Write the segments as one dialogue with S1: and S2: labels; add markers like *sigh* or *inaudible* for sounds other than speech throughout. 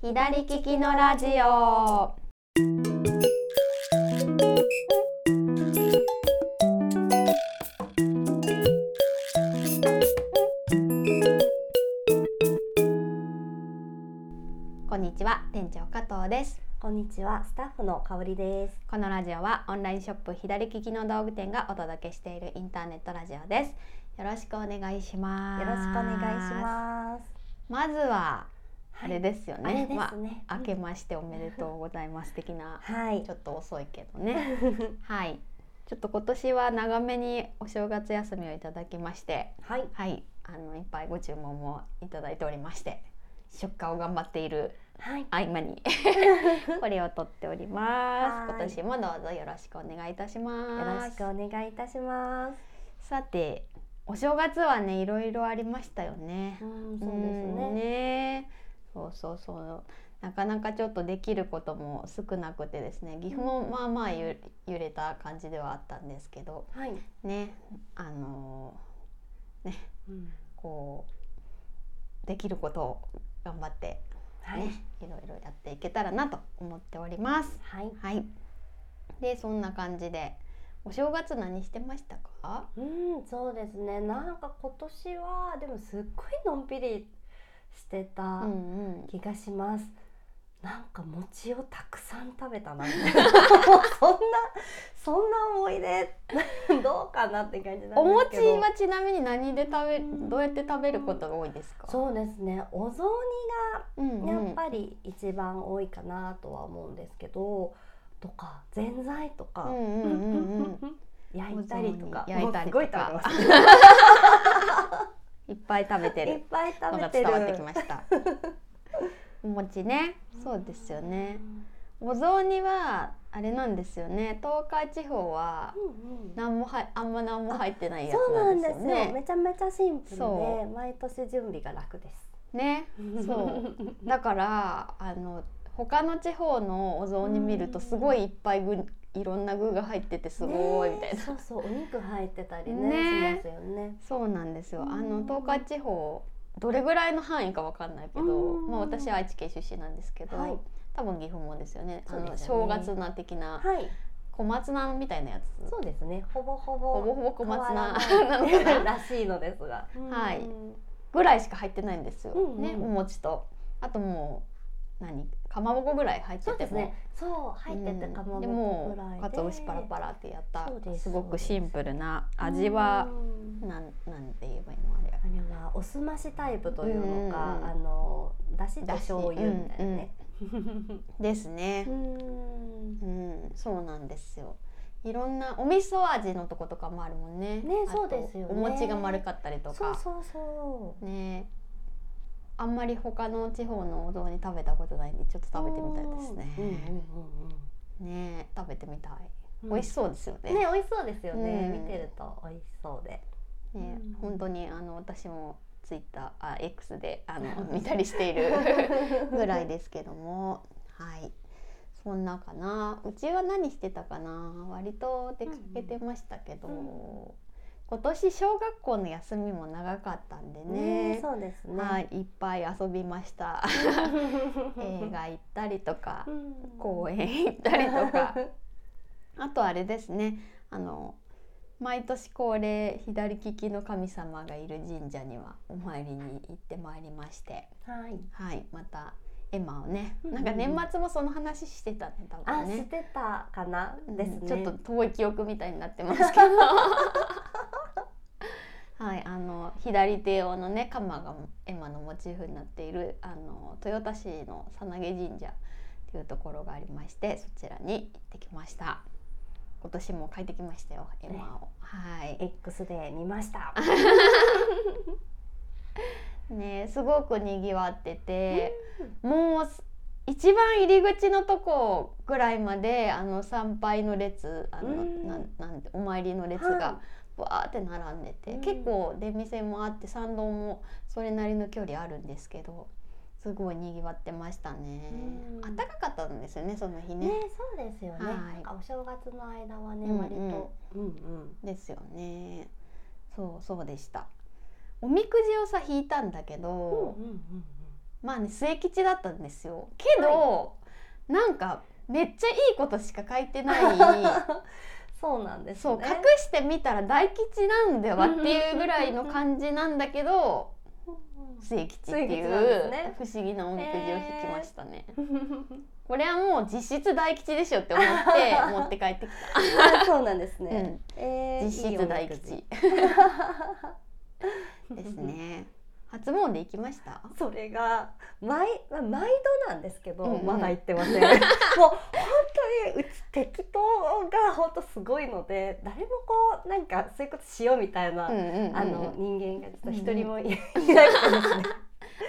S1: 左利きのラジオ。こんにちは、店長加藤です。
S2: こんにちは、スタッフの香りです。
S1: このラジオはオンラインショップ左利きの道具店がお届けしているインターネットラジオです。よろしくお願いしま
S2: よ
S1: す。
S2: ろしくお願いし
S1: す。
S2: ます。
S1: まずは
S2: は
S1: あ
S2: い
S1: れですよね。
S2: あれですね。
S1: ま
S2: うん
S1: 明けましておめでとうございます的な
S2: はい
S1: ち。ょっと遅いけどねはいちょっと今年は長めにお正月休みをいただきまして
S2: *laughs* はい。
S1: はいあのいっぱいご注文もいただいておりまして出荷を頑張っている
S2: はい。
S1: 合間
S2: *laughs*
S1: にこれを撮っております今
S2: はーい
S1: 年もどうぞよろしくお願いいたし
S2: よろ
S1: ま
S2: し
S1: す
S2: くお願いいたします。
S1: さてお正月はねいろいろありましたよね
S2: うん、そうです
S1: うん
S2: ね。
S1: ねそうそうそうなかなかちょっとできることも少なくてですね岐阜もまあまあゆ揺れた感じではあったんですけど
S2: はい。
S1: ねあの
S2: うん
S1: ーこうできることを頑張って、ね
S2: はい
S1: い、。ろいろやっていけたらなと思っております。
S2: はい。
S1: はい、でそんな感じでお正月何してましたか
S2: うん、そうですね。なんか今年はでもすっごいのんびりしてた
S1: うんうん
S2: 気がします。なんか餅をたくさん食べた *laughs* な。そんなそんな思い出 *laughs* どうかなって感じなん
S1: お
S2: です
S1: 餅
S2: けど。
S1: はちなみに何で食べ
S2: うん
S1: どうやって食べることが多いですか
S2: そうですねお雑
S1: うんうん
S2: 煮がやっぱり一番多いかなとは思うんですけど、とかぜんざいと
S1: う
S2: か、
S1: んうんうんうん。
S2: *laughs* 焼いたりとか
S1: お雑煮焼いたりとか
S2: もうすごい食べまし
S1: いっぱい食べて
S2: た
S1: *laughs*
S2: いっ
S1: る
S2: ぱい
S1: の
S2: 食べ
S1: が
S2: て
S1: 伝
S2: る
S1: わってきました。お餅ね、そうですよね。お雑煮はあれなんですよね。東海地方は
S2: うんうん
S1: 何もはいあんま何も入ってないや
S2: そ
S1: つ
S2: う
S1: な
S2: なんん
S1: で
S2: ですす
S1: よ
S2: よ
S1: ね。
S2: めちゃめちゃシンプルで
S1: そ
S2: 毎年準備が楽です
S1: ね、
S2: *laughs*
S1: そうだからあの他の地方のお雑煮見るとすごいいっぱい具いろんな具が入っててすごいみたいな
S2: ね。そうそうお肉入ってたりね
S1: ね
S2: しますよね
S1: そうなんですよ。あの
S2: うん
S1: 東海地方どれぐらいの範囲かわかんないけど、
S2: うん
S1: まあ私は愛知県出身なんですけど、
S2: はい
S1: 多分岐阜もですよね。あ
S2: そう
S1: の
S2: です
S1: 正
S2: よね
S1: 月菜的な
S2: はい
S1: 小松菜みたいなやつ。
S2: そうですねほぼほぼ
S1: ほぼほぼ小松菜
S2: 変わら
S1: なのか
S2: ないらしいのですが
S1: はい
S2: うん
S1: ぐらいしか入ってないんですよ。
S2: うんうん
S1: ね、お餅とあともう何かまぼこぐらい入って
S2: そう
S1: て
S2: です
S1: も。
S2: ね。そう入ってたか
S1: う
S2: も
S1: んで
S2: ぐらい
S1: も
S2: で。
S1: かつお節パラパラってやった
S2: そうです
S1: すごくシンプルな
S2: うん
S1: 味は
S2: うん
S1: なんなんて言えばいいのあれ
S2: あれはおすましタイプというのか、
S1: うん
S2: あのだしと
S1: だし
S2: 醤油みたいなね。
S1: ですね。
S2: うん
S1: うん、そうなんですよ。いろんなお味噌味のとことかもあるもんね。
S2: ね
S1: あと
S2: そうですよね
S1: お餅が丸かったりとか。
S2: そうそうそう。
S1: ね。あんまり他の地方のお雑煮食べたことないんで、ちょっと食べてみたいですね。
S2: うんうん
S1: ね、食べてみたい。
S2: うんうん。
S1: 美味しそうですよね。
S2: ね美味しそうですよね。
S1: うん
S2: 見てると美味しそうで。
S1: ね
S2: うん
S1: 本当にあの私もツイッター、あ、X であ
S2: *laughs*
S1: の見たりしている *laughs* ぐらいですけども、はい。そんなかな。うちは何してたかな。割と出かけてましたけど、
S2: うんうん
S1: 今年小学校の休みも長かったんでね。
S2: ねそうですね。 *laughs*
S1: はい、いっぱい遊びました。映画行ったりとか
S2: う、ん
S1: 公園行ったりとか。あとあれですね。あの毎年恒例左利きの神様がいる神社にはお参りに行ってまいりまして、
S2: *laughs* はい。
S1: はい、またエマをね、
S2: うんうん
S1: な
S2: うん
S1: んか年末もその話してたね、多
S2: あ、
S1: 分
S2: し
S1: ね。
S2: てたかなですね。
S1: ちょっと遠い記憶みたいになって
S2: *laughs*
S1: ますけど。はい、あの左手用のね鎌がエマのモチーフになっているあの豊田市のさなげ神社っていうところがありましてそちらに行ってきました今年も帰ってきましたよエマをはい
S2: X で見ました。
S1: ねすごくにぎわってて、もうす一番入り口のとこぐらいまであの参拝の列あの、
S2: うん
S1: なんなんてお参りの列
S2: はい
S1: がわーって並んでて、
S2: うん
S1: 結構出店もあって参道もそれなりの距離あるんですけどすごいにぎわってましたね
S2: う。
S1: 暖
S2: ん
S1: かかったんですよねその日ね
S2: ね、そうですよね。
S1: はい
S2: なんかお正月の間はね、
S1: うんうん
S2: 割と。うんうん。
S1: ですよね。そうそうでした。おみくじをさ引いたんだけど、
S2: うん
S1: まあね末吉だったんですよけど、なんかめっちゃいいことしか書いて
S2: *laughs*
S1: ない
S2: そうなんです
S1: そう
S2: ね
S1: 隠してみたら大吉なんだわっていうぐらいの感じなんだけど末吉ってい
S2: 末吉なんで
S1: う、
S2: すね
S1: 不思議なおみくじを引きましたね、
S2: うんうんうん *laughs*
S1: これはもう実質大吉でしょって思って
S2: *laughs*
S1: 持って帰ってき
S2: あそうなんです
S1: た、う
S2: ね、
S1: ん、
S2: えー
S1: 実
S2: いいお
S1: 質
S2: み
S1: 大
S2: くじ
S1: 吉ですね初詣行きました
S2: それが毎まあ毎度なんですけど、
S1: うんうん
S2: まだ行っ
S1: *laughs*
S2: てませんもう本当にうち適当が本当すごいので誰もこうなんかそういうことしようみたいな、
S1: うんうんうんうん
S2: あの人間がちょっと一人もいないです
S1: *laughs*
S2: ね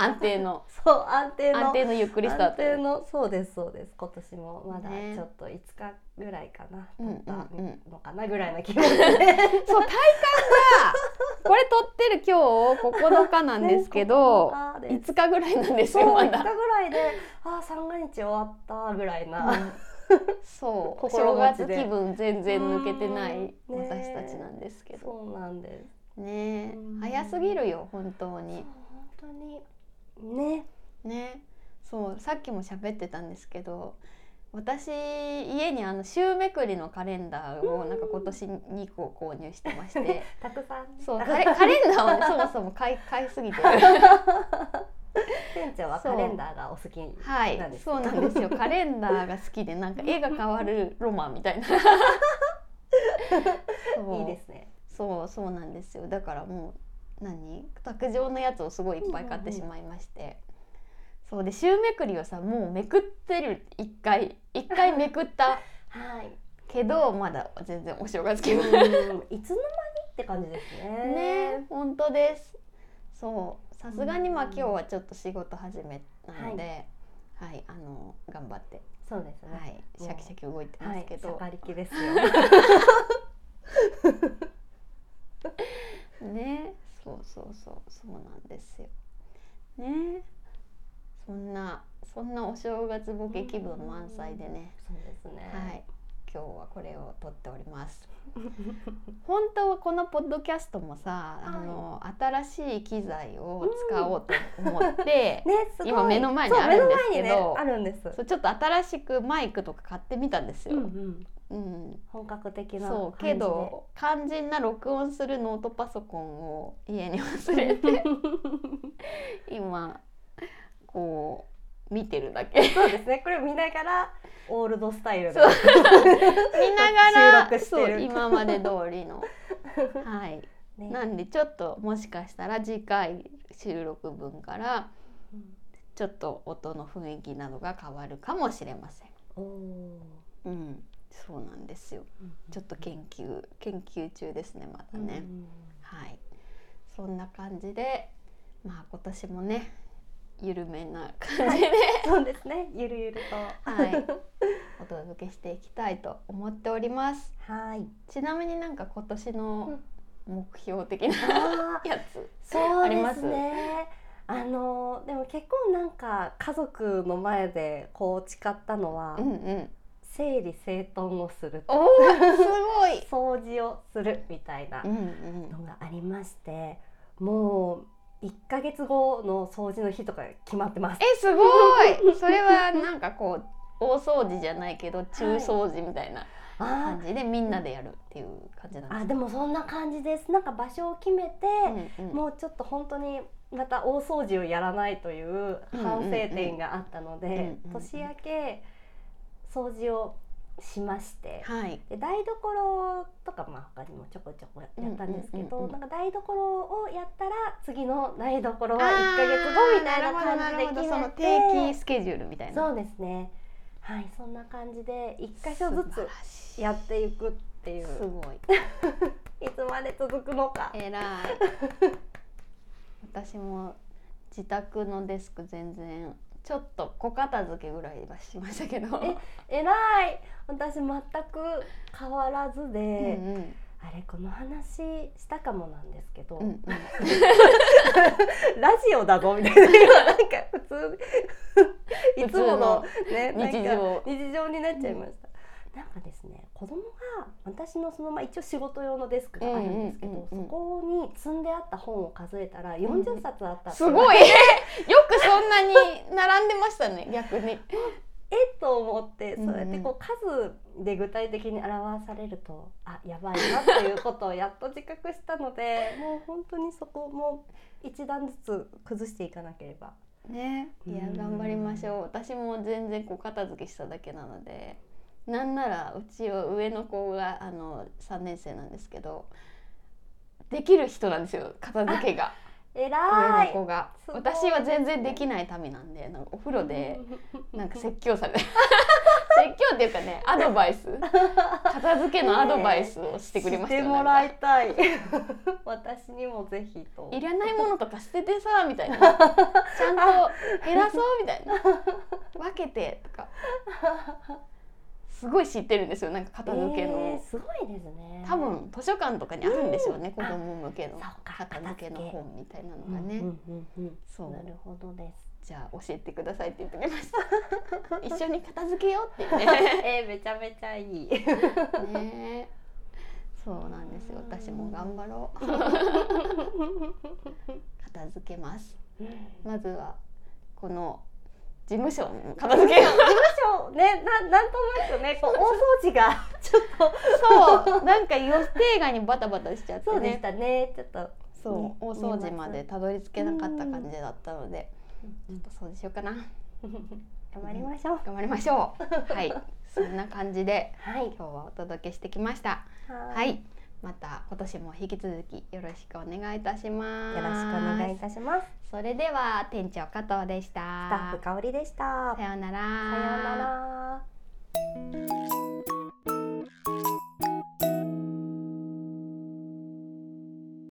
S1: 安定の
S2: そう安定の
S1: 安定のゆっくりスター
S2: 安
S1: ト
S2: 定のそうですそうです今年もまだ
S1: ね
S2: ちょっと5日ぐらいかな、
S1: うんうんうん
S2: だったのかなぐらいの気持ちで
S1: そう体感がこれ撮ってる今日9日なんですけ
S2: *laughs*
S1: ど、
S2: なんかです
S1: 5日ぐらいなんです
S2: そう
S1: よま
S2: 5日ぐ
S1: だ。
S2: らいでああ三が日終わったぐらいな、
S1: そう
S2: 心
S1: 正
S2: 持
S1: 月
S2: ちで
S1: 気分全然抜けてな
S2: うん
S1: い
S2: ね
S1: 私たちなんですけど
S2: そうなんです
S1: ねえ
S2: うん
S1: 早すぎるよ本当に
S2: そう本当にね
S1: ねそうさっきも喋ってたんですけど私家にあの週めくりのカレンダーをなんか今年2個購入してまして
S2: *laughs* たくさんね
S1: そう
S2: た
S1: カレカレンダーをねそもそも買い買いすぎてる
S2: 店長は
S1: そう
S2: カレンダーがお好きに
S1: はい
S2: なんです、
S1: そうなんです
S2: *laughs*
S1: よ。カレンダーが好きで、なんか絵が変わるロマンみた
S2: *laughs*
S1: いな。そう
S2: いいですね
S1: そう、そうなんですよ。だからもう、何、卓上のやつをすごいいっぱい買ってしまいまして。そうで、週めくりをさ、もうめくってる、一回、一回めくった
S2: はい
S1: けど、まだ全然お正月気
S2: う
S1: 分。
S2: *laughs* んいつの間にって感じですね
S1: ね、本当です。そう、さすがにまあ、今日はちょっと仕事始めなので。はい、あの、頑張って。
S2: そうです
S1: は
S2: ね
S1: い、シャキシャキ動いてますけど、
S2: 盛り気ですよ
S1: ね、そうそうそうそうなんですよ。ね、そんなそんなお正月ボケ気分満載でね、
S2: そうですね
S1: はい、今日はこれを撮っております。本当はこのポッドキャストもさ、あの新しい機材を使おうと思って、
S2: *laughs* ねすごい
S1: 今目の前にあるんですけど
S2: そう目の前にねあるんです
S1: そうちょっと新しくマイクとか買ってみたんですよ。
S2: うんうん
S1: うん、
S2: 本格的な
S1: そう
S2: 感じで
S1: けど肝心な録音するノートパソコンを家に忘れて *laughs* 今こう見てるだけ
S2: そうですねこれ見ながらオールドスタイル
S1: *laughs*
S2: で
S1: そう見ながら
S2: 収録してる
S1: そう今まで通り *laughs* のはい
S2: ね
S1: なんでちょっともしかしたら次回収録分から
S2: うん
S1: ちょっと音の雰囲気などが変わるかもしれません
S2: おー
S1: うんそうなんですよちょっと研究研究中ですねまだね、はい、そんな感じで、まあ今年もね、緩めな感じで、
S2: そうですね。ゆるゆると。
S1: はい、お届けしていきたいと思っております。
S2: はい。
S1: ちなみになんか今年の目標的な
S2: あー
S1: やつ、
S2: そう
S1: ありま
S2: ですすね。あのでも結構なんか家族の前でこう誓ったのは、
S1: うんうん、
S2: 整理整頓をする
S1: おおすごい、
S2: 掃除をするみたいな
S1: うん
S2: のがありましてもう1ヶ月後の掃除の日とか決まってます
S1: えすごい、それはなんかこう大掃除じゃないけど中掃除みたいな
S2: あ
S1: 感じでみんなでやるっていう感じなん
S2: ー
S1: です
S2: あでもそんな感じですなんか場所を決めて、
S1: うんうん
S2: もうちょっと本当にまた大掃除をやらないという反省点があったので、
S1: うんうんうん
S2: 年明け掃除をしまして、
S1: はい、
S2: で台所とかまあ他にもちょこちょこやったんですけど、
S1: うんうんうんうん
S2: なんか台所をやったら次の台所は
S1: あ
S2: 1
S1: ー
S2: ヶ月後みたいな感じで
S1: るほど
S2: 決
S1: なるほどそ
S2: め
S1: の定
S2: て
S1: 期スケジュールみたいな
S2: そうですねはいそんな感じで一箇所ず
S1: 素晴
S2: つ
S1: らしい
S2: やっていくっていう
S1: すごい
S2: いつまで続くのか
S1: えらい私も自宅のデスク全然ちょっと小片付けぐらいはしましたけど
S2: えらい私全く変わらずで、
S1: うんうん
S2: あれこの話したかもなんですけど、
S1: うんうん
S2: ラジオだぞみた
S1: *laughs*
S2: いな今なんか普通いつものね
S1: 日
S2: なんか
S1: 常
S2: 日常になっちゃいました、なんかですね子供が私のそのまあ一応仕事用のデスクがあるんですけど、
S1: うんうんうんうん
S2: そこに積んであった本を数えたら40冊あったって
S1: すごい *laughs* よくそんなに並んでましたね逆に。
S2: えっと思って
S1: うんうん
S2: そうやってこう数で具体的に表されるとあやばいなということをやっと自覚したの
S1: *laughs*
S2: でもう本当にそこも一段ずつ崩していかなければ。
S1: ね、いや
S2: うん
S1: 頑張りましょう私も全然こう片付けしただけなのでなんならうちは上の子があの3年生なんですけどできる人なんですよ片付けが
S2: え
S1: 上
S2: ら
S1: の
S2: い
S1: 子が
S2: すごい
S1: 私は全然できない民なんでなんかお風呂でなんか説教され *laughs* 説教っていうかねアドバイス片付けのアドバイスをしてくれました
S2: して
S1: よ
S2: も
S1: な
S2: ら
S1: んか
S2: いたい *laughs* 私にもぜひと
S1: いらないものとか捨てて *laughs* さみたいなちゃんと減らそうみたい *laughs* な分けてとかすごい知ってるんですよなんか片付けの
S2: え、ーすごいですね
S1: 多分図書館とかにあるんでしょうね、
S2: うん
S1: 子供向けの
S2: あそうか
S1: 片付けの本みたいなの
S2: うん
S1: がね、
S2: うんうんうん
S1: そう
S2: なるほ
S1: *laughs*
S2: どです
S1: じゃあ教えてくださいって言ってきました *laughs* 一緒に片付けようって言って *laughs* ね
S2: えー、めちゃめちゃい *laughs* い
S1: ねそうなんですよ私も頑張ろ *laughs* う片付けますまずはこの事務所の片付けを
S2: 事務所ねななんとなくねこう大掃除が *laughs* ちょっと
S1: そうなんか予定外にバタバタしちゃって
S2: そうでし
S1: ね
S2: たねちょっと
S1: そう
S2: ね
S1: 大掃除までたどり着けなかった感じだったので
S2: う
S1: ちょ
S2: ん
S1: っと掃除しようかな
S2: 頑張りましょう、
S1: 頑張りましょうはいそんな感じで
S2: はい
S1: 今日はお届けしてきました
S2: は
S1: はい
S2: よ
S1: いまた今年も引き続きよろしくお願いいたし
S2: ろ
S1: ます
S2: しくお願いいたします
S1: それでは店長加藤でし
S2: スタッ
S1: た
S2: フ香りでした
S1: さようなら
S2: さようなら